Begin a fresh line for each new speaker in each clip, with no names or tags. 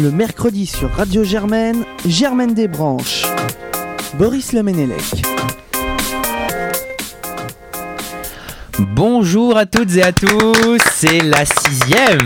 Le mercredi sur Radio Germaine, Germaine des Branches. Boris Lemenelec.
Bonjour à toutes et à tous, c'est la sixième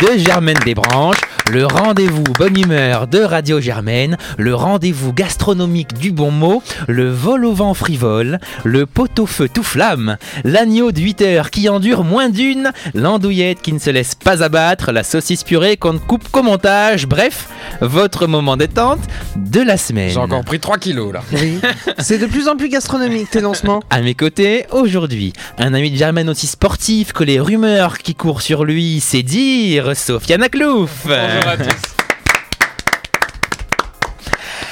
de Germaine des Branches, le rendez-vous bonne humeur de Radio Germaine, le rendez-vous gastronomique du bon mot, le vol au vent frivole, le pot au feu tout flamme, l'agneau de 8 heures qui endure moins d'une, l'andouillette qui ne se laisse pas abattre, la saucisse purée qu'on ne coupe qu'au montage, bref, votre moment détente de la semaine.
J'ai encore pris 3 kilos là.
Oui. C'est de plus en plus gastronomique tes lancements.
À mes côtés, aujourd'hui, un ami de Germaine aussi sportif que les rumeurs qui courent sur lui, c'est dire Sofiane Aklouf.
Bonjour à tous.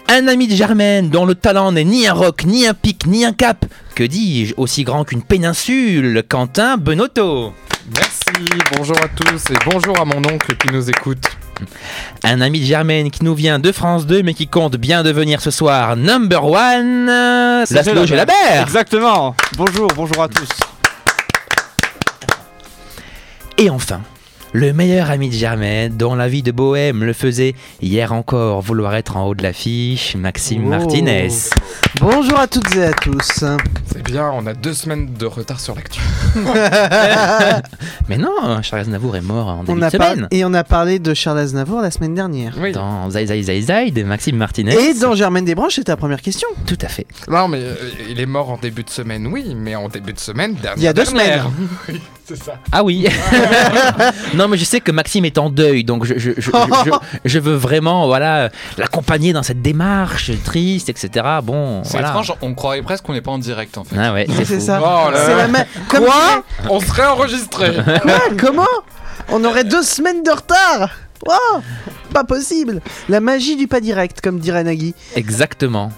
Un ami de Germaine dont le talent n'est ni un roc, ni un pic, ni un cap. Que dis-je, aussi grand qu'une péninsule, Quentin Benotto.
Merci, bonjour à tous et bonjour à mon oncle qui nous écoute.
Un ami de Germaine qui nous vient de France 2 mais qui compte bien devenir ce soir number one, euh, Laszlo Gelabert.
Exactement. Bonjour, bonjour à tous.
Et enfin, le meilleur ami de Germaine, dont la vie de Bohème le faisait hier encore vouloir être en haut de l'affiche, Maxime
Oh.
Martinez.
Bonjour à toutes et à tous.
C'est bien, on a deux semaines de retard sur l'actu.
Mais non, Charles Aznavour est mort en début
a
de
par-
semaine.
Et on a parlé de Charles Aznavour la semaine dernière.
Oui.
Dans Zai Zai Zai Zai de Maxime Martinez.
Et dans Germaine Desbranches, c'est ta première question.
Tout à fait.
Non mais euh, il est mort en début de semaine, oui, mais en début de semaine dernière.
Il y a deux
dernière.
semaines.
oui, c'est ça.
Ah oui Non mais je sais que Maxime est en deuil, donc je, je, je- je- je veux vraiment voilà, l'accompagner dans cette démarche triste, etc. Bon,
C'est
voilà.
étrange, on croyerait presque qu'on n'est pas en direct en fait.
Ah ouais, c'est
C'est
fou.
ça.
Oh là
C'est Ah,
là.
la même. Comme-
Quoi On serait enregistré.
Quoi Comment On aurait deux semaines de retard Wow Pas possible La magie du pas direct, comme dirait Nagui.
Exactement.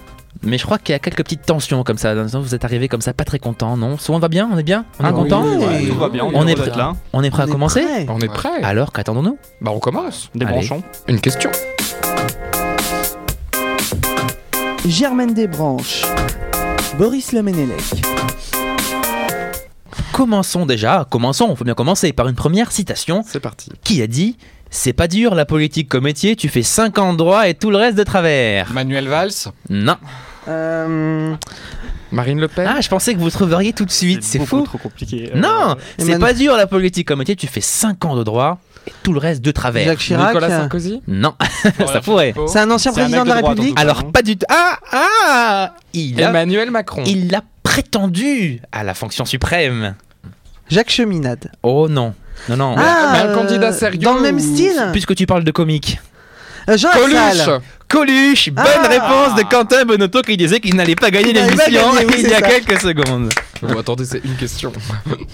Mais je crois qu'il y a quelques petites tensions comme ça. Dans le sens où vous êtes arrivés comme ça, pas très content, non Souvent on va bien, on est bien, on est
Ah oui,
content.
oui, oui.
Tout va bien,
On est
heureux d'être
prêt.
là.
On est prêt à
On est
commencer
prêt.
On est prêt.
Alors qu'attendons-nous
Bah on commence.
Des
Allez.
branchons.
Une question.
Germaine Desbranches. Boris Lemenelec.
Commençons déjà, commençons, on faut bien commencer par une première citation
C'est parti.
qui a dit C'est pas dur la politique comme métier, tu fais 5 ans de droit et tout le reste de travers.
Manuel Valls,
Non.
Euh,
Marine Le Pen.
Ah, je pensais que vous trouveriez tout de suite, c'est
beaucoup
fou.
trop compliqué. Euh,
Non, c'est
Emmanuel-
pas dur la politique comme métier, tu fais 5 ans de droit et tout le reste de travers.
Jacques Chirac.
Nicolas Sarkozy.
Non, ça
Voilà.
pourrait.
euh,
C'est un ancien
C'est un mec
président de
de
la
droite, en
République.
tout
Alors pas du tout. Ah ah Il a,
Emmanuel Macron.
il a prétendu à la fonction suprême.
Jacques Cheminade.
Oh non, non non.
Ah,
mais un candidat sérieux
Dans le même
ou-
style
Puisque tu parles de comique.
Euh, Jean Lassalle.
Coluche.
Coluche, bonne
Ah.
réponse de Quentin Bonotto qui disait qu'il n'allait pas gagner
Il n'allait pas
l'émission
gagner, oui,
il
c'est
y a
ça.
quelques secondes.
Bon, attendez, c'est une question.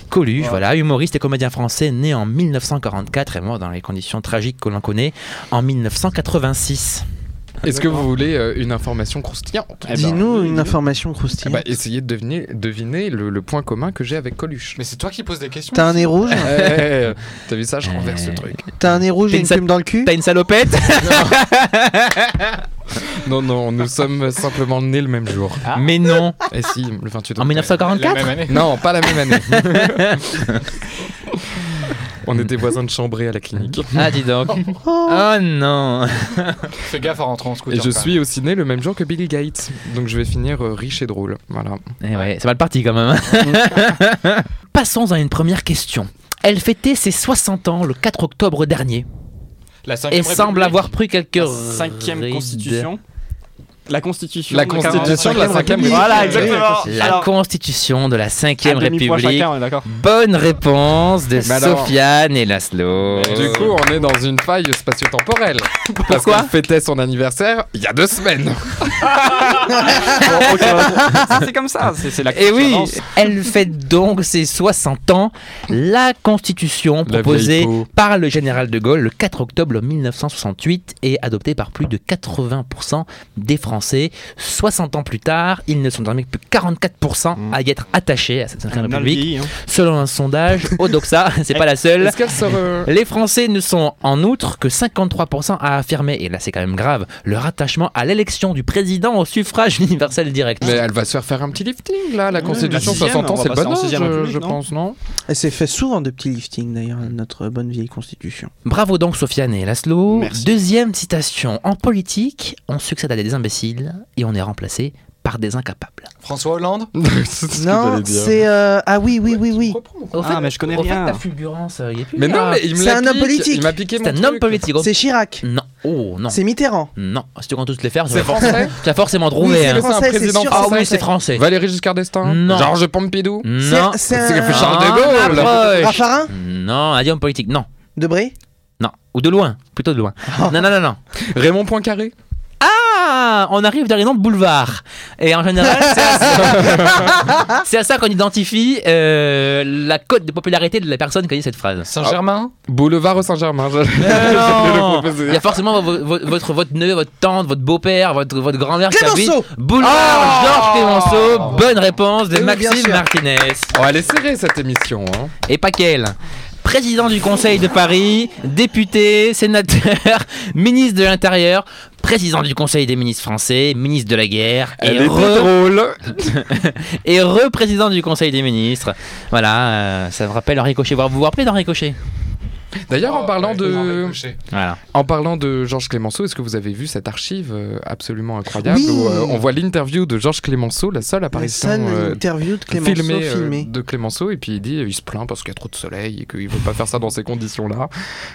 Coluche, voilà, humoriste et comédien français né en 1944 et mort dans les conditions tragiques que l'on connaît en 1986.
Est-ce que vous voulez euh, une information croustillante
Eh ben,
Dis-nous une
dis-nous.
information
Ah
croustillante.
bah, Essayez de deviner, deviner le, le point commun que j'ai avec Coluche.
mais c'est toi qui poses des questions.
T'as un nez rouge
Eh, eh, eh, T'as vu ça Je renverse ce
Euh.
truc.
T'as un nez rouge
T'as
et une
une sa-
plume dans le cul
T'as une salopette
Non, non, nous sommes simplement nés le même jour.
Ah.
Mais non,
Et si, le 28
en
octobre.
La
1944
même année.
Non, pas la même année. On était voisins de chambrée à la clinique.
Ah dis donc. Oh non
Fais gaffe à rentrer en scooter.
Et je
quand
suis aussi né le même jour que Billy Gates. Donc je vais finir euh, riche et drôle. Voilà.
Eh ouais, c'est mal parti quand même. hein. Passons à une première question. Elle fêtait ses 60 ans le 4 octobre dernier
même. La
et
cinquième
semble
République.
avoir pris quelques
la Cinquième
rides.
constitution. La constitution. hein,
La
de
constitution de la
45.
5
République.
Voilà,
exactement.
exactement.
La
Alors,
constitution de la 5ème
un demi-point
République.
chacun, Eh ben on est d'accord.
Bonne réponse de
Mais alors-
Sofiane et Laszlo.
Du coup, on est dans une faille spatio-temporelle. Parce
Euh. Pourquoi
qu'on fêtait son anniversaire il y a deux semaines.
Bon, Oh, ok, voilà. c'est comme ça, c'est c'est la
Eh
Et Eh oui,
concurrence.
elle fête donc ses 60 ans. La constitution
La
proposée
vieille peau.
par le général de Gaulle le 4 octobre 1968 et adoptée par plus de 80% des Français. lancée. 60 ans plus tard, ils ne sont désormais que plus 44%
Mm.
à y être attachés à cette Ve
Dans le
République.
pays, hein.
Selon un sondage, Odoxa, c'est pas la seule.
Est-ce qu'elle se re-
Les Français ne sont en outre que 53% à affirmer, et là c'est quand même grave, leur attachement à l'élection du président au suffrage universel direct.
Mais elle va se faire faire un petit lifting là, la
Ouais,
Constitution
la sixième,
60 ans,
on va
c'est le
passer
bon
en
âge,
sixième
je,
République,
je
non
pense, non
Elle s'est fait souvent de petits liftings d'ailleurs, notre bonne vieille constitution.
Bravo donc Sofiane et Laszlo.
Merci.
Deuxième citation, en politique, on succède à des imbéciles et on est remplacé par des incapables.
François Hollande
C'est ce que j'allais
Non,
dire.
c'est. euh, Ah oui, oui, oui, oui.
Au
Ah, mais je connais
au fait,
rien.
ta fulgurance, euh, il est plus
Mais
là.
non, mais il me
C'est
l'a
un homme
piqué,
politique.
Il m'a piqué
c'est
mon
un homme
truc.
politique.
C'est Chirac.
Non, oh non.
C'est Mitterrand.
Non, Ah, si tu comptes tous les faire, tu
C'est
vas for-
français
tu vas forcément
Oui,
trouver.
c'est
hein.
un
français, c'est
président
sûr.
Ah oui,
français.
c'est français.
Valéry Giscard d'Estaing
Non.
Georges Pompidou
Non.
C'est
C'est
un-
que Charles de Gaulle.
Non, approche.
Raffarin
Non, un homme politique, non.
Debré
Non, ou de loin, plutôt de loin. Non, non, non, non.
Raymond Poincaré
Ah, on arrive dans les noms de boulevards. Et en général, c'est à ça, c'est à ça qu'on identifie euh, la cote de popularité de la personne qui a dit cette phrase.
Saint-Germain
Ah, Boulevard au Saint-Germain. je-
Mais non.
je le
Il y a
proposais.
forcément vo- vo- votre, votre neveu, votre tante, votre beau-père, votre, votre grand-mère qui a dit
Clémenceau Oh.
Boulevard
Ah.
Georges Clémenceau. Bonne réponse de
Oui, oui, bien
Maxime
sûr.
Martinez.
Oh, elle est serrée cette émission. Hein.
Et pas qu'elle. Président du Conseil de Paris, député, sénateur, ministre de l'Intérieur, président du Conseil des ministres français, ministre de la guerre et,
Elle est
re-
drôle.
et re-président du Conseil des ministres. Voilà, euh, ça me rappelle Henri Cochet. Vous vous rappelez d'Henri Cochet
D'ailleurs, en
Oh,
parlant
ouais, Henri
de,
Cochet.
Voilà.
en parlant de Georges Clémenceau, est-ce que vous avez vu cette archive euh, absolument incroyable
Oui.
où, euh, on voit l'interview de Georges Clémenceau, la seule
La
apparition
seule
euh,
interview de Clémenceau
filmée
filmée.
euh, de Clémenceau, et puis il dit, euh, il se plaint parce qu'il y a trop de soleil et qu'il veut pas faire ça dans ces conditions-là.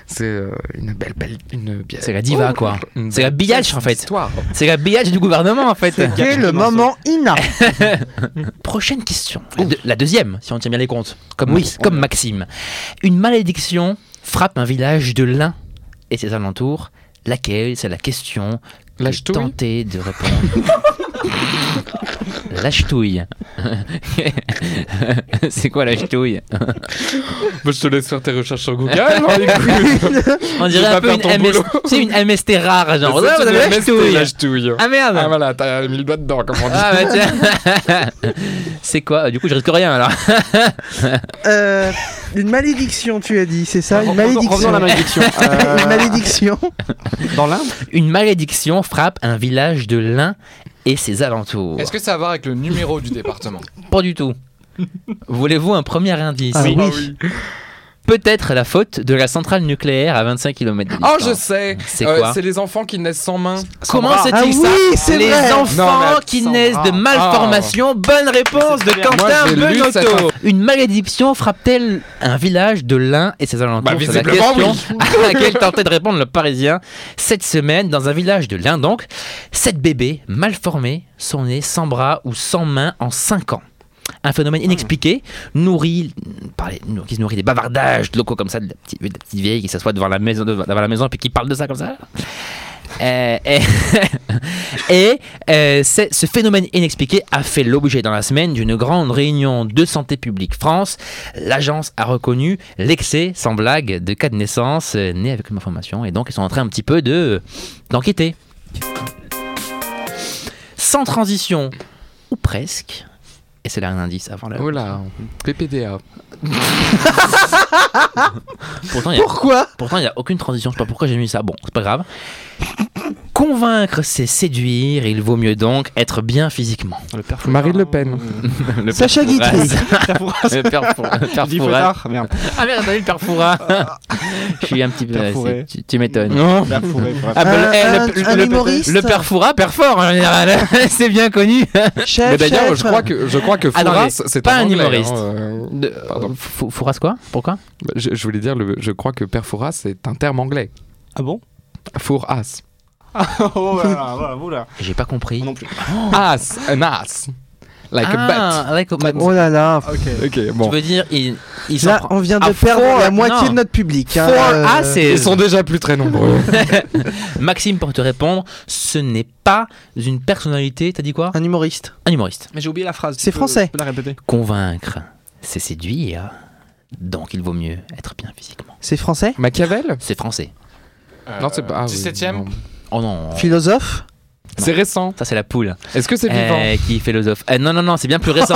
C'est euh, une belle, belle, une bien-
C'est la diva, quoi.
une
C'est la
belle-
billage, en fait.
Histoire.
C'est la billage du gouvernement en fait.
Quel le moment Ina
Prochaine question. La, deux- la deuxième, si on tient bien les comptes. Comme, oui, comme Maxime. Une malédiction frappe un village de l'Ain et ses alentours. Laquelle C'est la question que
Lâche tout.
tentez de répondre. la ch'touille. C'est quoi la ch'touille
Bah, je te laisse faire tes recherches sur Google. hein, écoute.
On
J'ai
dirait
pas
un peu
fait
une,
ton
MS
boulot.
C'est une MST rare, genre.
C'est
Ouais, vous
une
avez la
MST,
ch'touille.
la ch'touille.
Ah merde
Ah voilà, t'as mis le doigt dedans, comme on dit.
Ah bah tiens. C'est quoi Du coup, je risque rien alors.
Euh, Une malédiction, tu as dit, c'est ça Une
Revenons- Revenons
malédiction.
à la malédiction. Euh,
Une malédiction.
Dans l'Inde
Une malédiction frappe un village de l'Ain et ses alentours.
Est-ce que ça a à voir avec le numéro du département
Pas du tout. Voulez-vous un premier indice
Ah oui.
Peut-être la faute de la centrale nucléaire à 25 km de
Oh,
distance.
je sais
Ah, C'est
Euh,
quoi
C'est les enfants qui naissent sans main.
Comment
Ah
c'est-il ça
oui, c'est
Les
vrai
Non,
enfants
mais
qui
Alexandra.
naissent de malformations. Bonne réponse de
C'est clair.
Quentin
Moi, j'ai lu cette
Benotto.
info.
Une malédiction frappe-t-elle un village de l'Ain et ses alentours
Bah,
C'est la
visiblement,
question à laquelle tentait de répondre le Parisien cette semaine dans un village de l'Ain. Donc, sept bébés mal formés sont nés sans bras ou sans mains en 5 ans. Un phénomène
Ah.
inexpliqué, nourri par les- nou- qui se nourrit des bavardages de locaux comme ça, de la petite, de la petite vieille qui s'assoit devant la maison, devant, devant la maison, puis qui parle de ça comme ça. Euh, et et, euh, c'est- ce phénomène inexpliqué a fait l'objet dans la semaine d'une grande réunion de Santé publique France. L'agence a reconnu l'excès, sans blague, de cas de naissance euh, nés avec une malformation, et donc ils sont en train un petit peu de euh, d'enquêter. Sans transition, ou presque. Et c'est là un indice avant l'heure.
Oh là, PPDA.
Pourtant, il y a-
Pourquoi
Pourtant, il n'y a aucune transition. Je sais pas pourquoi j'ai mis ça. Bon, c'est pas grave. Convaincre, c'est séduire. Il vaut mieux donc être bien physiquement.
Ah, Le père Fouras.
Marine Le Pen.
Le
Sacha
Fouras.
Guitry.
Père Fouras.
Le père Fou- le père
Dis
Fouras.
Fouras. Merde.
Ah merde, t'as eu le père Fouras. Je suis un petit peu.
Père
c'est-
Fouré.
Tu, tu m'étonnes.
Non.
Père Fouras, bref.
Ah, bah,
Un-
eh,
un- un humoriste.
le père Fouras, père fort en général. c'est bien connu. Euh,
Chef,
Mais d'ailleurs, je
chef.
crois que je crois que
Ah non, mais
Fouras, c'est
pas un
anglais,
humoriste.
hein, euh, Pardon.
Fou- Fouras quoi Pourquoi
Je, je voulais dire, le, je crois que Perfora, c'est un terme anglais.
Ah bon
Fouras.
Oh voilà, voilà, voilà.
J'ai pas compris.
Moi non plus.
As, an as. Like a
ah, like a bat.
Oh là là.
Ok.
bat. Ok,
Tu
bon.
veux dire, ils, Ah, ils sont.
Là, on vient de
Ah,
perdre
four,
la moitié
non.
de notre public. hein.
Four,
Euh,
ah, c'est-
Ils sont déjà plus très nombreux.
Maxime, pour te répondre, ce n'est pas une personnalité, t'as dit quoi
Un humoriste.
Un humoriste.
Mais j'ai oublié la phrase.
C'est
Tu peux-
français.
Tu peux la répéter.
Convaincre, c'est séduire. Donc il vaut mieux être bien physiquement.
C'est français
Machiavel
C'est français.
Euh,
Non, c'est pas. ah oui,
17ème
non.
Oh non.
Philosophe
C'est récent.
Ça, c'est la poule
Est-ce que c'est vivant
euh, qui est philosophe. Euh, non, non, non, c'est bien plus récent.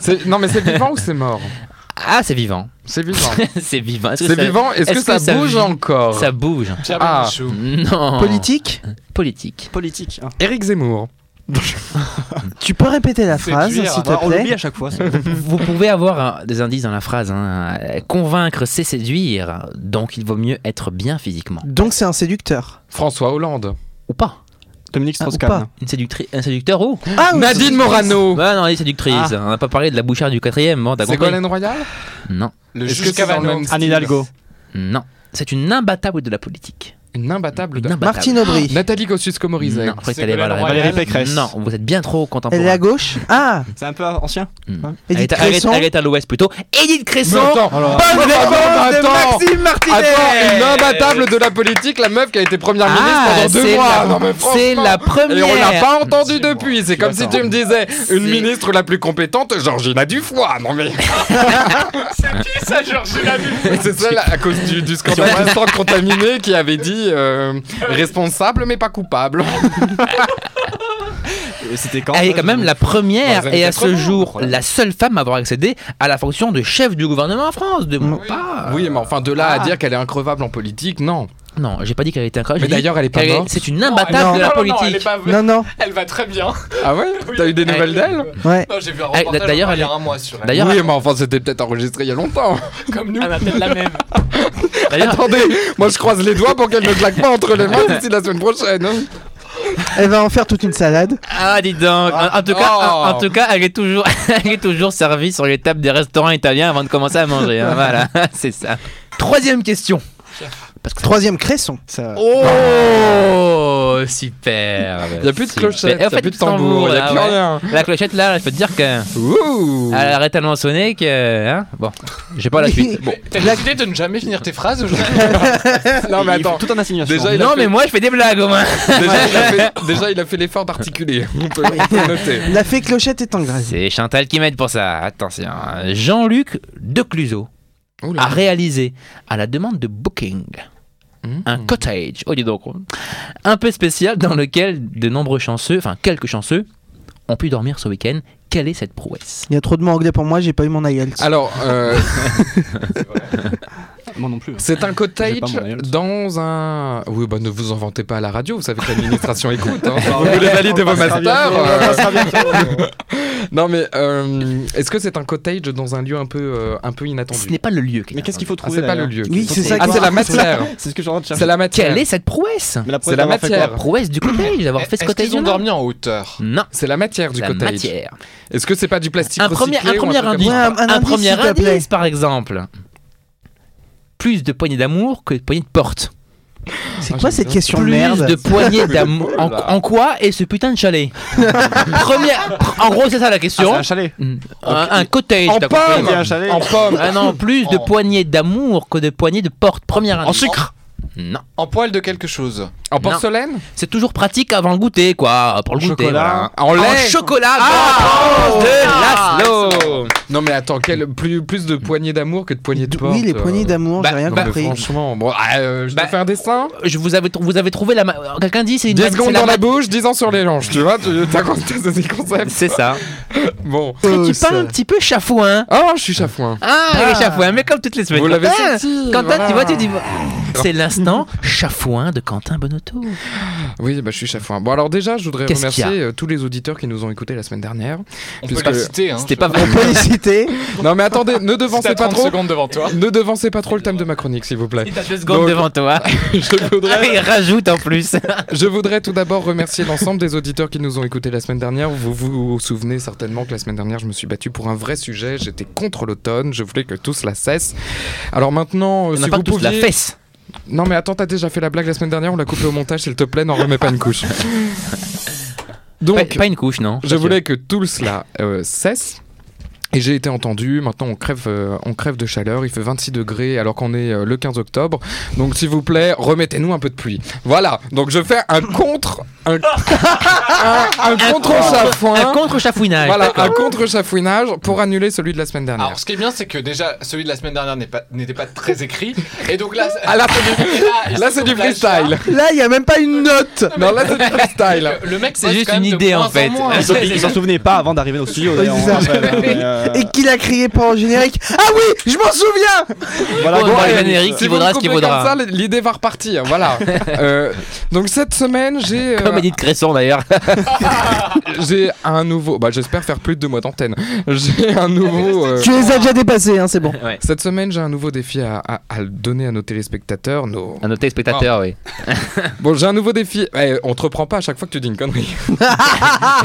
C'est- Non, mais c'est vivant ou c'est mort
ah, c'est vivant.
C'est vivant.
c'est vivant. Est-ce que
C'est
ça-
vivant. Est-ce que
est-ce
ça
que ça
bouge
vit
encore
Ça bouge.
Pierre
Ah.
Bénichou.
Non.
Politique
Mm. Politique.
Politique. hein.
Éric Zemmour.
Tu peux répéter la
Fait
phrase, s'il
cuire,
te
Bah, on l'oublie
plaît
à chaque fois. ça.
Vous pouvez avoir euh, des indices dans la phrase. hein. Euh, Convaincre, c'est séduire. Donc, il vaut mieux être bien physiquement.
Donc c'est un séducteur.
François Hollande.
Ou pas.
Dominique
Ah, ou
Strauss-Kahn.
Une séductri- un séducteur ou
Ah, oui,
Nadine
c'est-
Morano.
Bah non, les séductrices. On n'a pas parlé de la bouchère du quatrième. Bon, t'as
C'est
compris
Golden Royal
Non.
Le
Est-ce
juge
que c'est dans le
Cavano.
même
hein. Anne
style
Hidalgo.
Non. C'est une imbattable de la politique.
Une imbattable.
Une
de-
imbattable.
Martine
Ah,
Aubry.
Nathalie Kosciusko-Morizet.
Non, je crois que
C'est
t'allais voir la réponse.
Golden
Valérie
Royal.
Pécresse.
Non, vous êtes bien trop
Elle est
contemporain.
à gauche Ah
C'est un peu ancien.
Elle est,
Edith
à- elle est-
Cresson
elle est à l'ouest plutôt. Edith
Mais
Cresson
attends,
Bonne
attends,
réponse de
attends.
Maxime Martinez
Attends, une imbattable de la politique, la meuf qui a été première
Ah,
ministre pendant
c'est
deux mois.
la-
Non, mais
C'est
franchement.
la
Et
première
on l'a pas entendu
Dis-moi.
depuis. C'est comme si tu me disais une ministre la plus compétente, Georgina Dufoy. Non mais.
Ça, Georgina Dufour.
Mais c'est ça là, à cause du, du scandale du sang contaminé qui avait dit euh, responsable mais pas coupable.
Euh, C'était quand
Elle est
ça,
quand même
je-
la
Dans
première
les années
et à ce
80,
jour
voilà.
la seule femme à avoir accédé à la fonction de chef du gouvernement en France. De
Mm.
pas.
Oui, mais enfin de là à
Ah.
dire qu'elle est increvable en politique, non.
Non, j'ai pas dit qu'elle était un crush.
Mais d'ailleurs, elle est pas morte.
C'est une imbattable
non,
de la
Non, non,
politique.
non, Oh, elle est
Non,
pas-
non.
Elle va très bien.
Ah ouais T'as eu des nouvelles d'elle
Ouais.
Non, j'ai vu un
Eh,
reportage
d'ailleurs,
encore il y
elle
a un mois sur elle.
D'ailleurs,
Oui, mais enfin c'était peut-être enregistré il y a longtemps.
Comme nous. Elle a peut-être la même.
d'ailleurs,
Attendez, moi je croise les doigts pour qu'elle ne claque pas entre les mains d'ici la semaine prochaine. hein.
Elle va en faire toute une salade.
ah dis donc. En, en tout cas, en,
Oh.
en tout cas, elle est toujours, elle est toujours servie sur les tables des restaurants italiens avant de commencer à manger. hein. Voilà, c'est ça. Troisième question.
Troisième Cresson. Ça...
Oh, super.
Il y a plus de clochette, il y a plus de tambour, il y a plus rien.
La clochette là, je peux te dire que
Ouh.
elle arrête tellement sonner que hein bon, j'ai pas la suite. Bon.
T'as décidé de ne jamais finir tes phrases aujourd'hui
Non Ah, mais
Il faut
attends,
Tout en assignation.
Déjà, il a
Non
fait-
mais moi je fais des blagues au moins.
déjà il a fait, déjà, il a fait l'effort d'articuler. On peut on peut noter.
La fée clochette est engraissée.
C'est Chantal qui m'aide pour ça. Attention. hein. Jean-Luc Decluseau
Oula.
a réalisé à la demande de Booking
Mhm.
un cottage, oh dis donc, un peu spécial dans lequel de nombreux chanceux, enfin quelques chanceux, ont pu dormir ce week-end. Quelle est cette prouesse
Il y a trop de mots anglais pour moi, j'ai pas eu mon IELTS.
Alors, euh,
Moi non plus. hein.
c'est un cottage
J'ai pas mon aïeul.
dans un. Oui, bah ne vous inventez pas à la radio, vous savez que l'administration écoute. hein.
Ah
Vous
ouais,
voulez
on
valider vos
passera
masters
bientôt, on
euh,
passera bientôt.
Non, mais euh, est-ce que c'est un cottage dans un lieu un peu, euh, un peu
Ce
inattendu
n'est pas le lieu. qui est
Mais qu'est-ce qu'il faut
Ah,
trouver
c'est pas le
d'ailleurs
lieu.
Oui, c'est ça
Ah,
qui-
c'est la matière.
C'est ce que j'ai envie de
C'est
chercher.
la
Quelle
matière.
est cette prouesse
Mais la
C'est la
première, on fait quoi
matière.
Prouesse du cottage d'avoir fait ce
Est-ce
cottage.
qu'ils ont
là
dormi en hauteur
Non,
C'est la matière du
la
cottage.
matière.
Est-ce que c'est pas du plastique
Un premier,
recyclé
un
ou
premier
truc comme
indice,
ça
Ouais, un- un indice,
premier
s'il te plaît.
indice, par exemple. Plus de poignées d'amour que de poignées de porte.
c'est
ah,
quoi
j'aime
cette
bien.
question de
Plus
merde
de poignées d'amour. En, en quoi est ce putain de chalet Première. En gros, c'est ça la
Ah, c'est
question.
un chalet.
un, un cottage.
En
t'as compris
pomme
Il y a un chalet.
En pomme
Ah non, plus de
En-
poignées d'amour que de poignées de porte. Première indice.
sucre
Non.
En poil de quelque chose.
En porcelaine
C'est toujours pratique avant le goûter, quoi. Pour le goûter. voilà.
Chocolat Ah. En
En
lait
chocolat. bonne réponse Ah, oh, de Laszlo.
Non mais attends, quel, plus, plus de poignées d'amour que de poignées de porte.
Oui, les
euh,
poignées d'amour,
bah,
j'ai rien
non, mais
compris.
Franchement, bon, ah, euh, je
Bah,
te fais un dessin
Je vous avais, trou- vous avez trouvé la. ma- Quelqu'un dit c'est une.
10
ma- c'est
secondes
la
dans la
ma-
bouche, 10 ans sur les langes, tu vois, tu t'as compris des concepts.
C'est ça.
Bon.
Euh,
tu parles
ça-
un petit peu chafouin.
Oh, je suis chafouin.
Ah,
Ah.
les chafouins, mais comme toutes les semaines.
Vous l'avez
Quentin,
senti,
Quentin,
voilà.
tu vois, tu dis. C'est l'instant chafouin de Quentin Bonotto.
Oui, bah je suis chafouin. Bon alors déjà, je voudrais
Qu'est-ce qu'il y a
remercier euh, tous les auditeurs qui nous ont écoutés la semaine dernière.
On
Puisque-
peut la citer. Hein,
C'était
je-
pas
On peut les citer.
Non mais attendez, ne
Si
devancez
t'as
pas
30
trop.
secondes devant toi.
Ne devancez pas trop le thème de ma chronique, s'il vous plaît.
T'as deux secondes
Donc-
devant toi.
Je
Ah,
voudrais,
il rajoute en plus.
je voudrais tout d'abord remercier l'ensemble des auditeurs qui nous ont écoutés la semaine dernière. Vous vous souvenez certainement que la semaine dernière, je me suis battu pour un vrai sujet. J'étais contre l'automne. Je voulais que tout cela cesse. Alors maintenant, euh,
On n'a
si
pas
vous
tous la
pouviez...
fesse.
Non mais attends, t'as déjà fait la blague la semaine dernière, on l'a coupée au montage, s'il te plaît, n'en remets pas une couche. Donc,
Pas, pas une couche, non
je voulais que tout cela euh, cesse. Et j'ai été entendu, maintenant on crève, euh, on crève de chaleur, il fait 26 degrés alors qu'on est euh, le 15 octobre. Donc s'il vous plaît, remettez-nous un peu de pluie. Voilà, donc je fais un contre... Un, un, un contre
Un
chafouin.
contre-chafouinage.
Voilà,
d'accord.
un contre chafouinage pour annuler celui de la semaine dernière.
Alors, ce qui est bien, c'est que déjà, celui de la semaine dernière n'est pas- n'était pas, très écrit. Et donc là,
Ah, là, c'est du-
et là, ils
là,
se
c'est
sont
du
lâchés.
freestyle.
Là, il y a même pas une note.
Non, là c'est du freestyle.
Le, le mec,
C'est
bosse
juste
quand même
une
de
idée,
moins
en fait.
moins.
Ils s'en- Ils s'en souvenaient pas avant d'arriver au studio.
Oui,
d'ailleurs,
c'est
on
ça.
rappelle, hein, mais,
Bah.
euh,
Et qu'il a crié pendant le générique. Ah oui, je m'en souviens.
voilà,
Bon,
bon,
bah,
allez,
Evan Eric,
Si
il
vous
vaudra
me
ce qu'il
coupez comme
vaudra.
ça, L'idée va repartir, voilà. Euh, donc cette semaine, j'ai euh,
Comme Edith Cresson d'ailleurs.
j'ai un nouveau. Bah, j'espère faire plus de deux mois d'antenne. J'ai un nouveau. euh,
Tu les as déjà dépassés, hein, c'est bon.
cette semaine, j'ai un nouveau défi à, à- à donner à nos téléspectateurs. Nos...
Un autre spectateur, oui.
Bon, j'ai un nouveau défi. Eh, on te reprend pas à chaque fois que tu dis une connerie. Ah.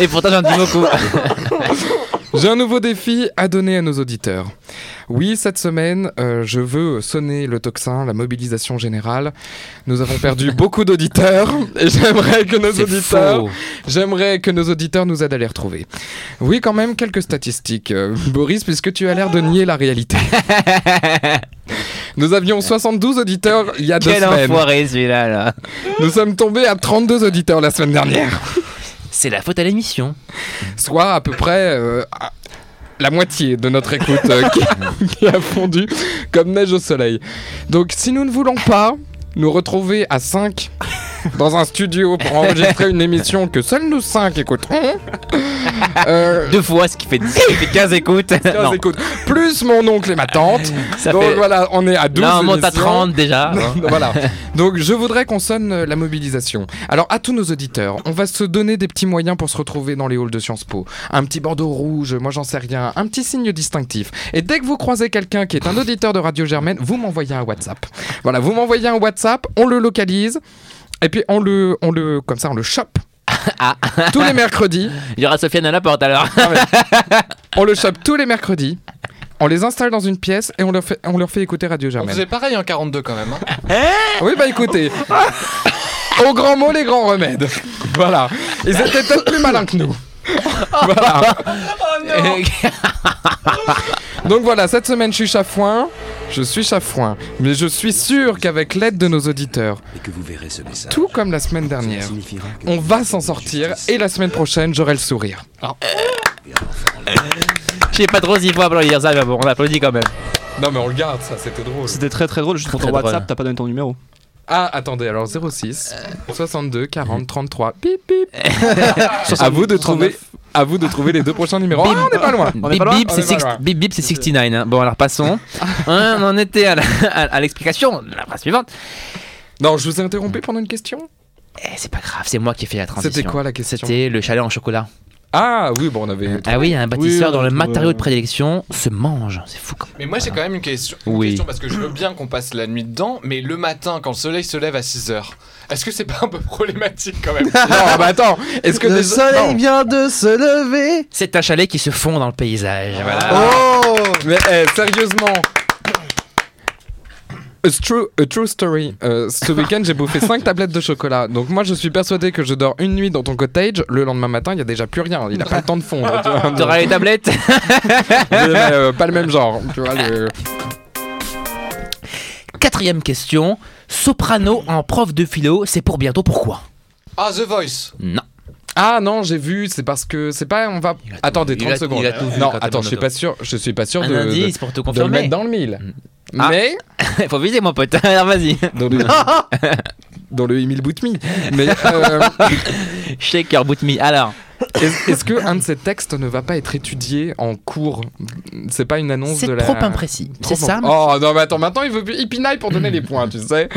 Et pourtant, j'en dis beaucoup.
J'ai un nouveau défi à donner à nos auditeurs. Oui, cette semaine, euh, je veux sonner le tocsin, la mobilisation générale. Nous avons perdu beaucoup d'auditeurs et j'aimerais que nos
C'est
auditeurs
faux.
J'aimerais que nos auditeurs nous aident à les retrouver. Oui, quand même, quelques statistiques. Euh, Boris, puisque tu as l'air de nier la réalité. Nous avions 72 auditeurs il y a deux
Quel
semaines.
enfoiré celui-là, là.
Nous sommes tombés à 32 auditeurs la semaine dernière.
C'est la faute à l'émission.
Soit à peu près euh, à- la moitié de notre écoute euh, qui, qui a fondu comme neige au soleil. Donc, si nous ne voulons pas nous retrouver à 5 dans un studio pour enregistrer une émission que seuls nous 5 écouterons, euh,
Deux fois, ce qui fait, ce qui fait 15 écoutes.
15
Non,
écoutes. Plus mon oncle et ma tante.
ça
Donc
fait...
voilà, on est à 12.
non, on monte à
émissions.
30 déjà.
voilà. Donc je voudrais qu'on sonne euh, la mobilisation. Alors à tous nos auditeurs, on va se donner des petits moyens pour se retrouver dans les halls de Sciences Po. Un petit bandeau rouge, moi j'en sais rien, un petit signe distinctif. Et dès que vous croisez quelqu'un qui est un auditeur de Radio Germaine, vous m'envoyez un WhatsApp. Voilà, vous m'envoyez un WhatsApp, on le localise. Et puis on le, on le, comme ça, on le chope. Tous les mercredis,
Il y aura Sofiane à la porte alors.
on le chope tous les mercredis. On les installe dans une pièce et on leur fait, on leur fait écouter Radio
On
Germaine.
faisait pareil en 42 quand même. hein.
Oui, bah écoutez. Au grand mot, les grands remèdes. Voilà. Ils étaient peut-être plus malins que nous. voilà. Oh, Donc voilà, cette semaine, je suis chafouin. Je suis chafouin. Mais je suis sûr qu'avec l'aide de nos auditeurs,
et que vous verrez ce message.
tout comme la semaine dernière,
signifiera que
on va s'en sortir et la semaine prochaine, j'aurai le sourire.
Je sais pas trop s'il faut applaudir ça, mais bon, on applaudit quand même.
Non, mais on le garde, ça, c'était drôle.
C'était très très drôle, juste pour
Très
ton
drôle.
WhatsApp, t'as pas donné ton numéro.
Ah, attendez, alors 06 62 40 33. Pip pip. à vous de trouver. À vous de trouver les deux prochains numéros. Ah, on n'est pas loin.
On est
Bip
pas loin,
bip,
on
c'est
est pas
six-
loin.
bip, bip, c'est 69. hein. Bon, alors passons. Hein, on en était à la- à à l'explication, la phrase suivante.
Non, je vous ai interrompu pendant une question
Eh, c'est pas grave, c'est moi qui ai fait la transition.
C'était quoi la question
C'était le chalet en chocolat.
Ah oui, bon, on avait.
Ah oui, un bâtisseur
oui,
dont le
oui,
matériau
oui.
de prédilection se mange. C'est fou quand même.
Mais moi, j'ai quand même une question. une
Oui.
question, parce que je veux bien qu'on passe la nuit dedans, mais le matin, quand le soleil se lève à 6 h est-ce que c'est pas un peu problématique quand même
Non, bah attends, est-ce que
Le
des-
soleil
non.
vient de se lever.
C'est un chalet qui se fond dans le paysage. Voilà.
Oh Mais eh, sérieusement A true, a true story. Euh, ce week-end, j'ai bouffé 5 tablettes de chocolat. Donc, moi, je suis persuadé que je dors une nuit dans ton cottage. Le lendemain matin, il n'y a déjà plus rien. Il n'a pas le temps de fondre. tu vois.
T'auras les tablettes
Mais, euh, pas le même genre. Tu vois, le-
Quatrième question. Soprano en prof de philo, c'est pour bientôt pourquoi
Ah, The Voice
Non.
Ah non, j'ai vu. C'est parce que. C'est pas. On va.
Il a tout
Attendez,
vu, il
30
a-
secondes.
il a tout vu
non,
quand t'es
attends,
dans
je suis
l'auto.
pas sûr. Je suis pas sûr
Un
de, de-
indice pour te
de le mettre
confirmer.
dans le mille.
Ah.
Mais.
Il Faut viser, mon pote. Alors vas-y.
dans le dans le Emile Boutmy. Mais euh,
Shaker boot me. Alors,
est- est-ce que un de ces textes ne va pas être étudié en cours C'est pas une annonce
c'est
de la.
trop imprécis.
Trop
C'est ça
imp- Oh non mais attends, maintenant il veut plus il pinaille pour
Mm.
donner les points, tu sais.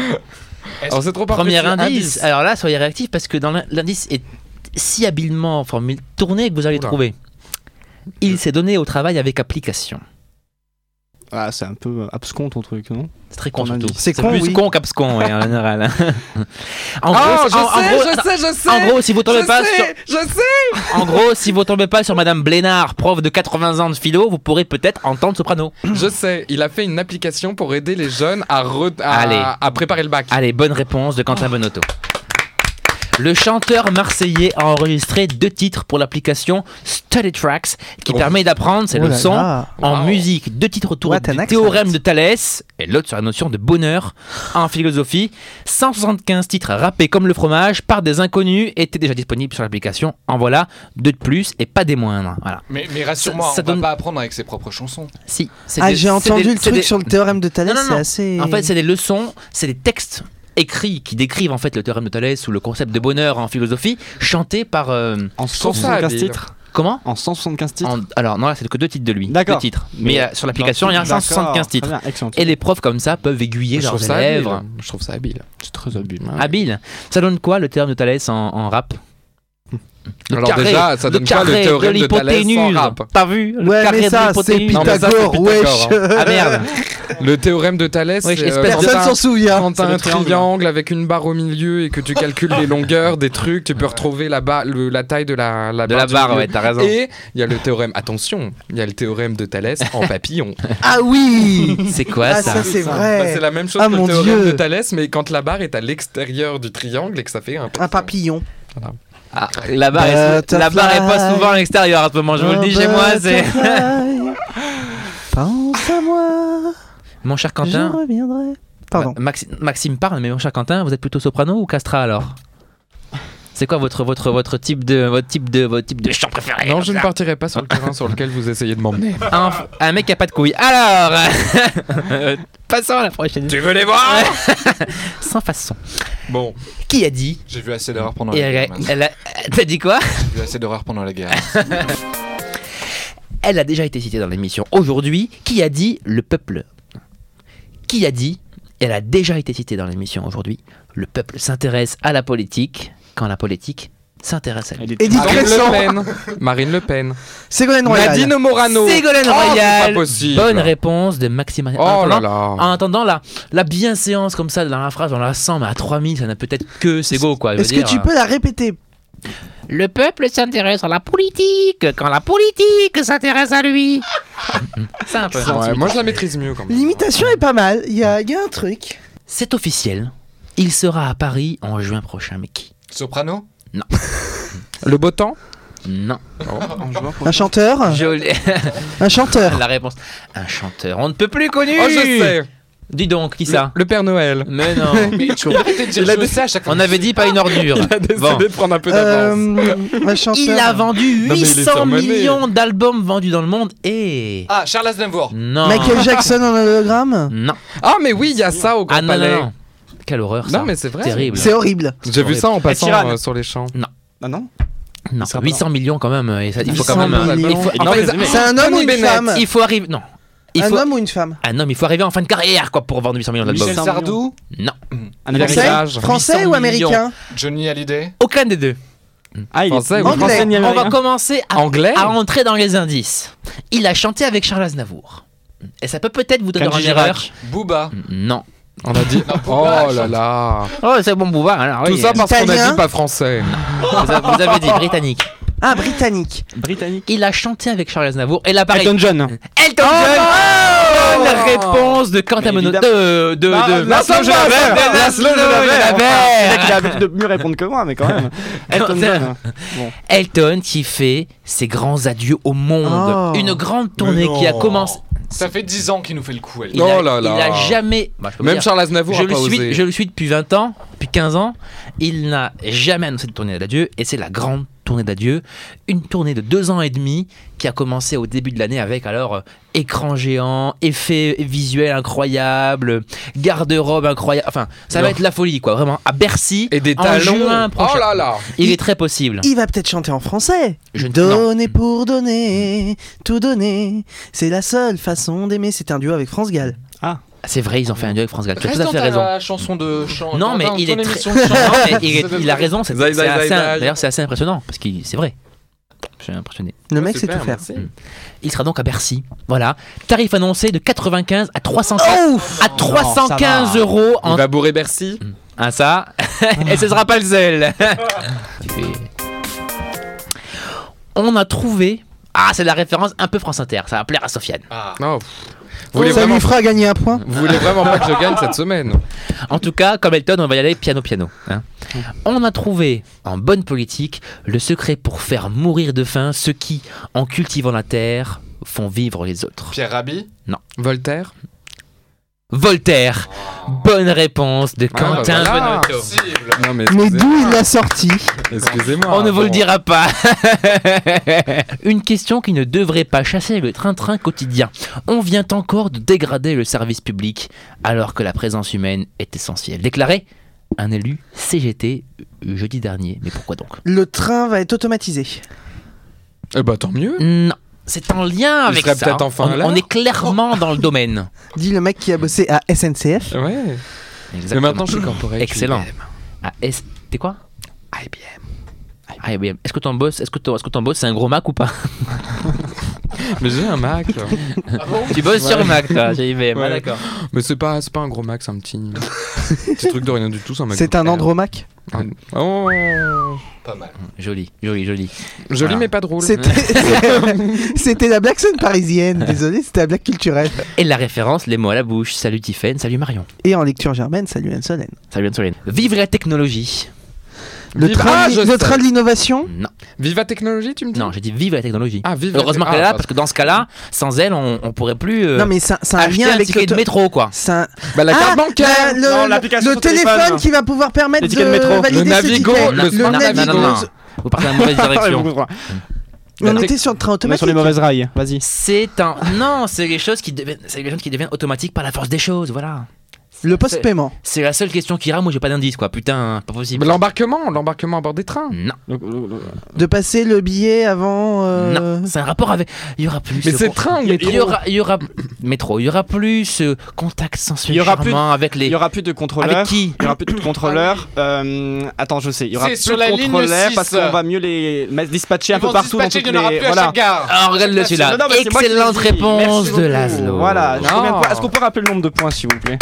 Alors c'est trop
Premier
imprécis.
indice. euh, Alors là, soyez réactifs parce que dans l'in- l'indice est si habilement formulé, tourné que vous allez
Oula.
trouver. Il s'est donné au travail avec application.
Ah, c'est un peu abscon ton truc, non
C'est très con
Ton
surtout.
indice.
C'est con,
plus
oui.
con qu'abscon ouais, en général. en,
Oh,
gros,
je,
en- en
sais,
gros-
je sais, je sais,
en gros, si vous tombez
je
pas sur,
sais, je sais.
en gros, si vous tombez pas sur Madame Blénard, prof de 80 ans de philo, vous pourrez peut-être entendre soprano.
Je sais, il a fait une application pour aider les jeunes à, re- à-
Allez.
à préparer le bac.
Allez, bonne réponse de Quentin Bonotto. Le chanteur marseillais a enregistré deux titres pour l'application Study Tracks qui
Oh.
permet d'apprendre ses
Oh là
leçons
là.
en
Wow.
musique. Deux titres autour
What
du
an accent.
théorème de Thalès et l'autre sur la notion de bonheur en philosophie. 175 titres rappés comme le fromage par des inconnus étaient déjà disponibles sur l'application. En voilà deux de plus et pas des moindres. Voilà.
Mais, mais rassure-moi,
Ça- ça
on va
donne-
pas apprendre avec ses propres chansons.
Si. c'est
Ah,
des-
j'ai
c'est
entendu
des-
le
c'est
truc
des-
sur le théorème de Thalès,
Non, non,
c'est
non.
assez.
En fait, c'est des leçons, c'est des textes écrits qui décrivent en fait le théorème de Thalès ou le concept de bonheur en philosophie, chanté par euh,
En
trouve ça
175
habile.
titres.
comment
En 175 titres.
En- Alors non, là c'est que deux titres de lui.
D'accord.
Deux titres. Mais euh, sur l'application, il y a
D'accord.
175 titres.
Très bien, excellent.
Et les profs comme ça peuvent aiguiller
je trouve
leurs
ça habile.
élèves.
Je trouve ça habile. C'est très habile. hein.
Habile. Ça donne quoi le théorème de Thalès en, en rap Le
Alors déjà, ça donne quoi, le
carré
théorème de Thalès en
l'hypoténuse.
rap
T'as vu Le
Ouais,
carré
mais
de
ça, c'est
l'hypoténuse.
Non, mais ça, c'est
Pythagore, wesh.
Pythagore,
Ah merde
Le théorème de Thalès,
Ouais,
c'est,
espèce de-
quand
Personne
t'as-
s'en souvient.
quand t'as
C'est
un
le triangle.
triangle avec une barre au milieu et que tu calcules les longueurs des trucs, tu peux retrouver la, ba- le- la taille de la, la
De
barre.
la
du
barre,
milieu.
ouais, t'as raison.
Et il y a le théorème, attention, il y a le théorème de Thalès en papillon.
Ah oui
C'est quoi
Ah,
ça
ça, c'est
Bah, c'est
vrai.
la même chose
Ah,
que
mon
le théorème
Dieu.
de Thalès, mais quand la barre est à l'extérieur du triangle et que ça fait un,
Un papillon.
Ah, la, barre est, la barre est pas
Butterfly.
souvent à l'extérieur à ce moment, je vous le dis chez moi, c'est...
Butterfly, Pense à moi.
Mon cher
Je
Quentin,
reviendrai. Pardon.
Ma- Maxi- Maxime parle, mais mon cher Quentin, vous êtes plutôt soprano ou castra alors C'est quoi votre, votre, votre type de votre type de votre type de chant préféré
Non,
comme
je ne
ça
partirai pas sur le terrain sur lequel vous essayez de m'emmener.
un, un mec qui a pas de couilles. Alors, euh, passons à la prochaine.
Tu veux les voir
Sans façon.
Bon,
Qui a dit
J'ai vu assez d'horreurs pendant
Et
la guerre.
elle,
Max.
elle a- T'as dit quoi
J'ai vu assez d'horreurs pendant la guerre.
Elle a déjà été citée dans l'émission aujourd'hui. Qui a dit le peuple Qui a dit Elle a déjà été citée dans l'émission aujourd'hui. Le peuple s'intéresse à la politique quand la politique s'intéresse à lui.
Elle est-
Edith
Marine
Cresson.
Le Pen. Marine Le Pen.
Ségolène Royal.
Nadine Morano.
Ségolène
Oh,
Royal.
c'est pas possible.
Bonne réponse de Maxime. En
Oh là
attendant-
là.
En attendant, la, la bienséance comme ça dans la phrase, on la sent, mais à 3000, ça n'a peut-être que c'est go quoi. je veux
Est-ce que
dire,
tu
euh,
peux la répéter
Le peuple s'intéresse à la politique quand la politique s'intéresse à lui. c'est un peu.
Ouais, moi je la maîtrise mieux quand même.
L'imitation est pas mal. Il y a, il y a un truc.
C'est officiel. Il sera à Paris en juin prochain, mais qui
Soprano
Le beau temps
Non.
En juin prochain.
Un chanteur
Joli.
Un chanteur.
la réponse. Un chanteur. On ne peut plus connu.
Oh, je sais.
Dis donc, qui ça
Le Père Noël.
Mais non.
Mais tu arrêtes de dire je sais à chaque fois.
On avait dit pas une ordure.
Il a décidé
Bon.
de prendre un peu d'avance.
Euh, un chanteur.
Il a vendu
Non, mais il est
800
surmené.
millions d'albums vendus dans le monde et.
Ah, Charles Aznavour.
Non.
Michael Jackson en hologramme
Non.
Ah mais oui, il y a ça au Grand
Ah non,
Palais.
non, non. Quelle horreur ça.
Non, mais c'est vrai.
Terrible.
C'est horrible.
J'ai vu ça en passant
Ed Sheeran.
euh, sur les champs.
Ah non
Non,
Ça va.
800 millions quand même. Et ça, il faut
800
quand même. euh,
millions.
Il faut,
Non,
non,
mais-
C'est un homme ou
Tony
une
Bennett.
femme
il faut arriver. Non. Il
Un
faut.
homme ou une femme
Un homme, il faut arriver en fin de carrière quoi pour vendre 800 millions d'albums.
Michel
Sardou.
Sardou.
Non.
Un
Français
Américain
Âge.
Français
800
ou américain
Johnny Hallyday.
Aucun des deux.
Ah, il est
Français ou
Français,
Anglais.
ni
On
Américain.
va commencer à,
Anglais
à entrer dans les indices. Il a chanté avec Charles Aznavour. Et ça peut peut-être vous donner
Kenji
une
Girac.
erreur.
Booba.
Non.
On a dit. Oh là là.
Oh, c'est bon Bouba. Alors,
Tout
oui,
ça
euh,
parce qu'on a
Italien.
dit pas français.
Ah, vous, avez, vous avez dit britannique.
Ah, britannique.
Britannique.
Il a chanté avec Charles Aznavour. Et là, pareil.
Elton John.
Elton
Oh,
John Bonne réponse de Quentin
Mais
Mono...
évidemment.
De... de,
Bah,
Ah,
euh,
de...
Laszlo, je l'avais.
de-
Laszlo, je
Laszlo,
l'avais.
il
Le
l'avait.
mec, il a l'habitude de mieux répondre que moi, mais quand même. Elton John.
Elton qui fait ses grands adieux au monde.
Oh.
Une grande tournée qui a
non.
commencé...
Ça fait 10 ans qu'il nous fait le coup, elle.
Il, a,
Oh là là.
il a jamais... Bah, je peux
Même
dire,
Charles Aznavour
je
a
le,
pas
suis,
osé.
je le suis depuis 20 ans, depuis 15 ans. Il n'a jamais annoncé de tournée d'adieu et c'est la grande tournée d'adieu. Une tournée de deux ans et demi qui a commencé au début de l'année avec alors euh, écran géant, effets visuels incroyables, garde-robe incroyable. Enfin, ça va
Non.
être la folie quoi, vraiment. À Bercy,
Et des
en
talons.
juin prochain.
oh là là.
il est très possible.
Il va peut-être chanter en français.
Je-
Donner pour donner, tout donner, c'est la seule façon d'aimer. C'était un duo avec France Gall.
Ah, C'est vrai, ils ont fait un duo avec France Gall. Tu as
Reste
tout à
dans
fait
ta
raison.
chanson de chant.
Non
dans
mais
ton
il est très...
émission de chant.
Non, mais il, est- il a raison. c'est-
Zai,
c'est
zai,
assez-
zai, zai.
D'ailleurs, c'est assez impressionnant parce que c'est vrai. Je suis impressionné.
Le mec sait
Ah, Super,
tout faire.
merci.
Il sera donc à Bercy. Voilà. Tarif annoncé de 95 à 315, à 315 euros
Il
en.
va bourrer Bercy.
Ah, ça Et ce sera pas le seul Tu fais- On a trouvé. Ah, c'est la référence un peu France Inter. Ça va plaire à Sofiane.
Ah,
Oh, Vous voulez,
Ça
vraiment,
lui fera gagner un point.
vous voulez vraiment pas que je gagne cette semaine
En tout cas, comme Elton, on va y aller piano piano. hein. On a trouvé, en bonne politique, le secret pour faire mourir de faim ceux qui, en cultivant la terre, font vivre les autres.
Pierre Rabhi
Voltaire
Voltaire Bonne réponse de
Ah, bah
Quentin
voilà.
Benotto.
Cible.
Non, mais
Mais
excusez-
d'où il l'a sorti
excusez-moi.
On ne vous le
bon.
dira pas. Ah, Une question qui ne devrait pas chasser le train-train quotidien. On vient encore de dégrader le service public alors que la présence humaine est essentielle. Déclaré un élu CGT euh, jeudi dernier. Mais pourquoi donc
Le train va être automatisé.
Eh bah, tant mieux.
Non, c'est en lien avec
serait
ça. hein.
peut-être enfin
on,
là.
on est clairement dans le domaine.
Dit le mec qui a bossé à SNCF.
Ouais.
Exactement.
Mais maintenant, je suis corporate.
Excellent. Ah, est- T'es quoi Ah, IBM. IBM. Est-ce que t'en bosses Est-ce que t'en est-ce que t'en bosses C'est un gros Mac ou pas
Mais j'ai un Mac.
Ah
Tu bosses sur Mac, toi, chez IBM.
Ouais.
Ah, d'accord.
Mais c'est pas, c'est pas un gros Mac, c'est un petit. petit truc de rien du tout, c'est un Mac.
C'est un Andromaque.
Oh.
Pas mal.
Joli, joli, joli.
Joli
Voilà.
mais pas drôle.
C'était c'était la black scène parisienne. Désolé, c'était la black culturelle.
Et la référence, les mots à la bouche. Salut Tiffaine, salut Marion.
Et en lecture germaine, salut Anne Solène.
Salut Anne Solène. Vive la technologie.
Le
Vive-
train,
Ah,
de-
je
le
sais.
train de l'innovation.
Non,
Viva Technologie, tu me dis
non, j'ai dit vive la technologie.
Ah, vive. la-
Heureusement
Ah,
qu'elle est là,
pardon.
parce que dans ce cas-là, sans elle, on, on pourrait plus euh,
Non mais ça ça a un
acheter
lien
un
avec
ticket de
le
métro, quoi.
C'est un-
Bah, la
Ah,
carte bancaire.
la- le,
Non,
le-
l'application
le
sur
téléphone,
téléphone.
qui va pouvoir permettre
Les
de
tickets de métro.
valider
Le
ce ticket.
Navigo,
le smart-
Navigo.
non, non, non. Vous partez dans la
Ah,
mauvaise direction.
Mais on
La
était sur le train
On est
automatique.
sur les mauvaises rails. Vas-y.
C'est un. Non, c'est les choses qui deviennent. C'est les choses qui deviennent automatiques par la force des choses, voilà.
Le post-paiement.
C'est la seule question qui rame où j'ai pas d'indice, quoi. Putain, pas possible.
L'embarquement, l'embarquement à bord des trains.
Non,
De passer le billet avant. euh,
non. C'est un rapport avec. Il y aura plus.
Mais
ce
c'est
con-
train ou
Il
métro
y aura, il y aura métro. Il y aura plus ce contact sensuel
Il y aura plus-
charmant avec
Il
les.
y aura plus de
Avec
contrôleurs.
qui
Il y aura plus de contrôleurs. Euh, attends, je sais. Il y aura
C'est
plus
sur
de
la ligne
contrôleurs
6.
parce qu'on va mieux les ma- dispatcher un
Ils vont
peu
se
partout. dans
dispatcher,
toutes
il n'y en aura
les-
plus à
voilà.
chaque gare.
Ah, regarde-le
Non,
celui-là.
non, mais c'est moi qui
Excellente
l'ai dit.
réponse
Merci
de
beaucoup.
Laszlo.
Voilà.
Non.
Combien de points- Est-ce qu'on peut rappeler le nombre de points, s'il vous plaît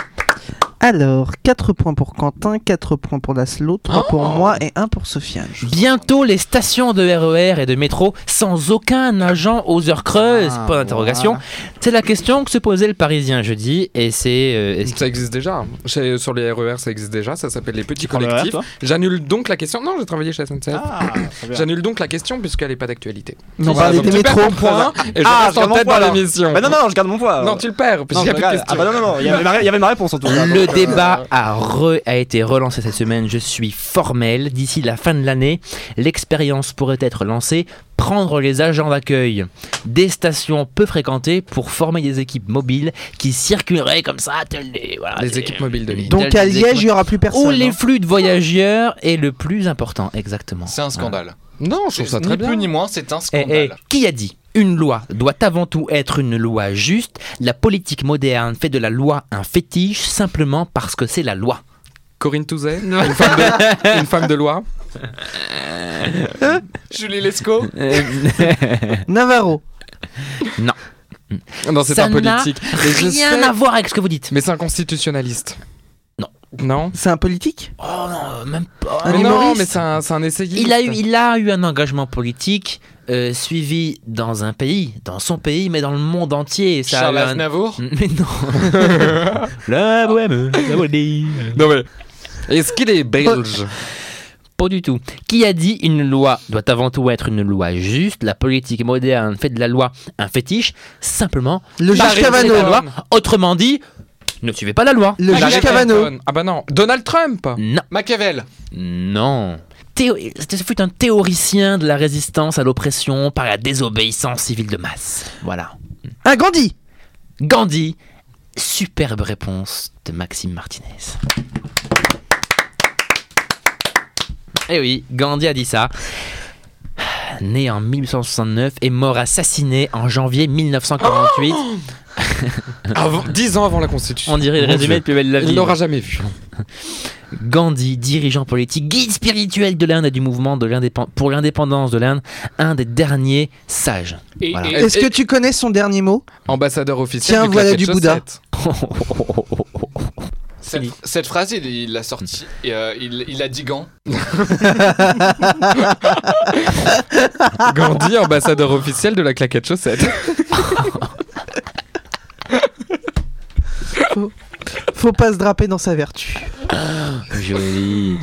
Alors, 4 points pour Quentin, 4 points pour Laszlo, 3 pour moi et 1 pour Sofiane.
Bientôt les stations de RER et de métro sans aucun agent aux heures creuses.
Ah,
point d'interrogation. C'est la question que se posait le Parisien jeudi et c'est. euh, est-ce
Ça existe déjà. Chez- sur les RER, ça existe déjà. Ça s'appelle les petits
Tu prends le RER,
collectifs.
toi
J'annule donc la question. Non, j'ai travaillé chez SNCF.
Ah, très bien.
J'annule donc la question puisqu'elle n'est pas d'actualité.
Non,
Voilà,
parlait
donc
des
tu
métros.
perds ton point et je
Ah,
reste
je
en
m'en
tête
vois,
dans
alors.
l'émission.
Bah non, non, je garde mon poids.
Non, tu le perds
Non,
puisqu'il n'y a
je
plus de
regarde.
question.
Ah bah non, non, non, il y avait ma, il y avait ma réponse en tout cas.
Le
Donc, euh,
débat a, re- a été relancé cette semaine, je suis formel. D'ici la fin de l'année, l'expérience pourrait être lancée. Prendre les agents d'accueil des stations peu fréquentées pour former des équipes mobiles qui circuleraient comme ça. telles des- voilà,
Les
des-
équipes mobiles de l'île.
Donc à
des- des-
Liège, il n'y aura plus personne.
Où Oh, les
hein.
flux de voyageurs est le plus important, exactement.
C'est un scandale.
Non, je trouve ça très
ni plus
bien.
ni moins, c'est un
Eh,
scandale.
eh, qui a dit Une loi doit avant tout être une loi juste. La politique moderne fait de la loi un fétiche simplement parce que c'est la loi.
Corinne Touzet, une femme de- une femme de loi.
Julie Lescaut
Navarro.
Non, c'est
Ça
un politique.
n'a
Mais je
Rien
sais-
à voir avec ce que vous dites.
Mais c'est un constitutionnaliste.
Non.
Non
C'est un politique
Oh non, même pas.
Un
mais non,
humoriste
mais c'est un, c'est un essayiste.
Il a, eu, il a eu un engagement politique euh, suivi dans un pays, dans son pays, mais dans le monde entier. Ça a
Charles
eu un- Mm.
Aznavour
Mais non. la bohème, la bohème.
Non, mais. Est-ce qu'il est belge
Pas du tout. Qui a dit une loi doit avant tout être une loi juste La politique moderne fait de la loi un fétiche, simplement.
Le
par
juge
respect de la
Cavano.
loi. Autrement dit, ne suivez pas la loi.
Le juge
Hillary
Cavano.
Clinton. Ah bah non. Donald Trump
Non,
Machiavel
non. Théo- C'était ce fut un théoricien de la résistance à l'oppression par la désobéissance civile de masse. Voilà.
Un Ah, Gandhi.
Gandhi, superbe réponse de Maxime Martinez. Eh oui, Gandhi a dit ça. Né en 1869 et mort assassiné en janvier 1948.
avant, Dix ans avant la Constitution.
On dirait le
Mon
résumé de
Dieu.
Plus belle de la
Il
vie.
n'aura jamais vu.
Gandhi, dirigeant politique, guide spirituel de l'Inde et du mouvement de l'indépen- pour l'indépendance de l'Inde, un des derniers sages.
Et-
Voilà.
et-
Est-ce
et-
que tu connais son dernier mot
Ambassadeur officiel.
Tiens,
du
voilà
claquet
du Bouddha.
chaussette.
cette,
Fini.
cette phrase, il- il l'a sortie, et, euh, il, il a dit gant.
Gandhi, ambassadeur officiel de la claquette chaussette.
Faut pas se draper dans sa vertu.
Joli.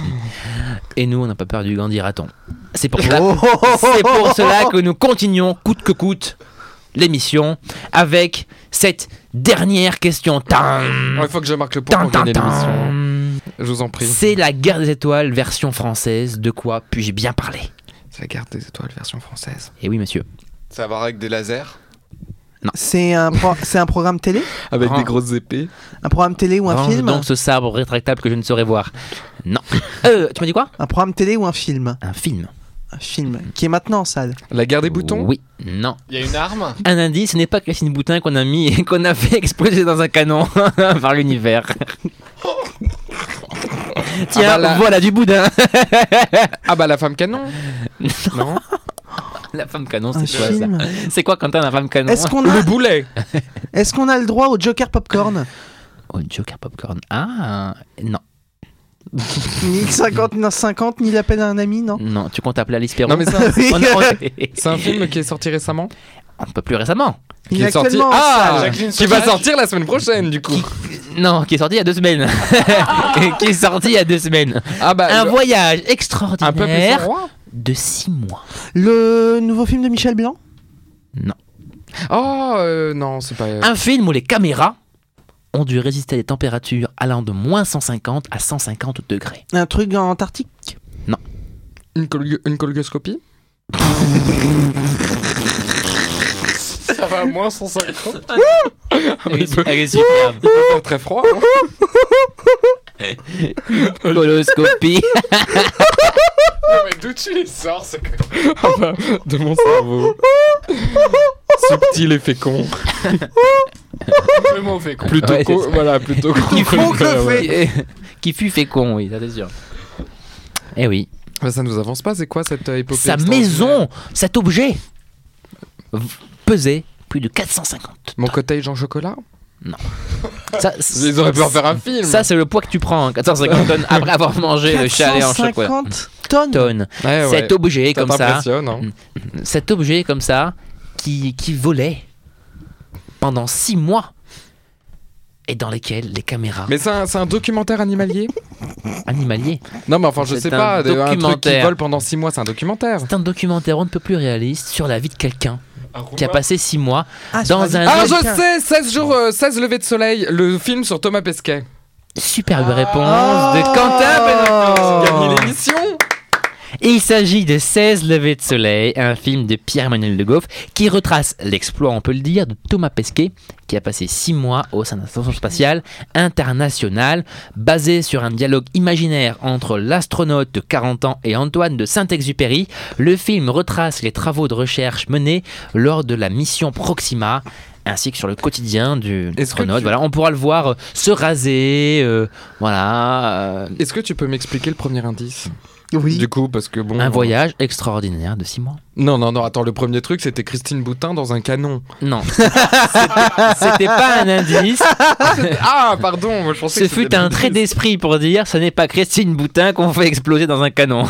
Et nous, on n'a pas peur du Gandhi-raton. C'est pour, cela-
Oh, oh, oh,
c'est pour cela que nous continuons, coûte que coûte, l'émission avec cette dernière question. Tin,
Il faut que je marque le point
tin,
pour
tin,
gagner l'émission.
tin.
Je vous en prie.
C'est la guerre des étoiles version française. De quoi puis-je bien parler
C'est la garde des étoiles version française.
Eh oui, monsieur.
Ça va avec des lasers
C'est un, pro- c'est un programme télé
Avec
Ah.
des grosses épées.
Un programme télé ou un
Range
film
donc ce sabre rétractable que je ne saurais voir. Non. Euh, tu m'as dit quoi
Un programme télé ou un film
Un film.
Un film
Mhm.
qui est maintenant en salle.
La guerre des boutons
Oui. Non.
Il y a une arme
Un indice, ce n'est pas Christine Boutin qu'on a mis et qu'on a fait exploser dans un canon par l'univers. Tiens,
Ah bah là-
voilà du boudin.
Ah bah la femme canon Non
la femme canon,
Un
c'est quoi ça Ah,
film.
C'est quoi Quentin la femme canon
Est-ce qu'on a,
Le boulet
est-ce qu'on a le droit au Joker Popcorn
Oh, Joker Popcorn. Ah, non.
Ni le 50, ni le 50, ni l'appel à un ami, non
Non, tu comptes appeler Alice Perron
Non mais c'est un,
On a- on-
c'est un film qui est sorti récemment
Un peu plus récemment.
Il
qui
est
est sorti-
actuellement en
Ah
salle.
Jacqueline
Qui va
Sauvage
sortir la semaine prochaine du coup
Non, qui est sorti il y a deux semaines. qui est sorti il y a deux semaines.
Ah bah
Un
le-
voyage
un peu plus
extraordinaire
roi
de six mois.
Le nouveau film de Michel Blanc
Oh euh, non c'est pas
Un film où les caméras ont dû résister à des températures allant de moins 150 à 150 degrés.
Un truc en Antarctique
une, colgu- une colgoscopie
Ça va à moins 150
Ah,
Elle est- elle est superbe.
Il peut faire très froid hein.
Coloscopie.
Non, mais d'où tu les sors c'est que-
Ah bah, de mon cerveau Subtil et fécond
Le mot fait con.
Plutôt
Ouais,
qu'au-
c'est ça.
voilà plutôt qu'on
Qui fut,
colgoscopie, ouais.
qui fut fécond, oui, ça c'est sûr. Eh oui.
Bah, ça nous avance pas c'est quoi cette euh, épopée
Sa
extraordinaire
maison, cet objet, v- pesait plus de 450.
Mon cottage en chocolat
Ça,
Ils auraient pu en faire un film
Ça, c'est le poids que tu prends, hein, 450 tonnes, après avoir mangé le chalet en chocolat.
450 tonnes
Tonnes.
Ouais, Eh ouais.
Cet objet comme ça, Mm.
t'impressionne, hein.
cet objet comme ça qui, qui volait pendant six mois et dans lesquels les caméras
Mais Ah c'est un, c'est un documentaire animalier
animaliers.
Non, mais enfin, je
C'est
sais
un
pas. des- Un, truc qui
documentaire.
vole pendant 6 mois, c'est un documentaire.
C'est un documentaire on ne peut plus réaliste sur la vie de quelqu'un qui a passé six mois
Ah,
Dans
sur la vie
un
de
Ah, je
quelqu'un.
sais 16 jours, euh, 16 levées de soleil, le film sur Thomas Pesquet.
Superbe réponse
Oh.
de Ah, Quentin Benacruz.
Oh.
Gagné l'émission
Il s'agit de 16 levées de soleil, un film de Pierre-Emmanuel de Goff qui retrace l'exploit, on peut le dire, de Thomas Pesquet qui a passé 6 mois au sein d'un station spatiale internationale basé sur un dialogue imaginaire entre l'astronaute de 40 ans et Antoine de Saint-Exupéry. Le film retrace les travaux de recherche menés lors de la mission Proxima ainsi que sur le quotidien du
Est-ce que
astronaute.
tu-
Voilà, on pourra le voir euh, se raser, euh, voilà, euh,
Est-ce que tu peux m'expliquer le premier indice
Oui.
Du coup, parce que bon.
un voyage extraordinaire de 6 mois.
Non, non, non, attends, le premier truc, c'était Christine Boutin dans un canon.
Non, c'était c'était pas un indice.
ah, pardon, moi, je pensais
Ce
que c'était
fut un trait
l'indice.
d'esprit pour dire ce n'est pas Christine Boutin qu'on fait exploser dans un canon.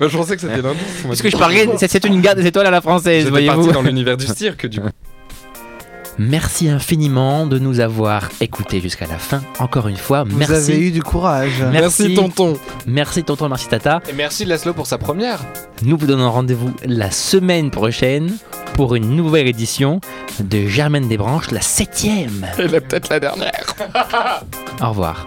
Moi, Je pensais que c'était l'indice. moi.
Parce que je parlais, c'est- c'est une guerre des étoiles à la française,
Oh. J'étais parti
voyez-vous.
dans l'univers du cirque, du coup.
Merci infiniment de nous avoir écoutés jusqu'à la fin. Encore une fois,
Vous
merci.
avez eu du courage.
Merci,
Merci, tonton.
merci tonton, merci tata.
Et merci Laszlo pour sa première.
Nous vous donnons rendez-vous la semaine prochaine pour une nouvelle édition de Germaine Desbranches, la septième.
Elle est peut-être la dernière.
Au revoir.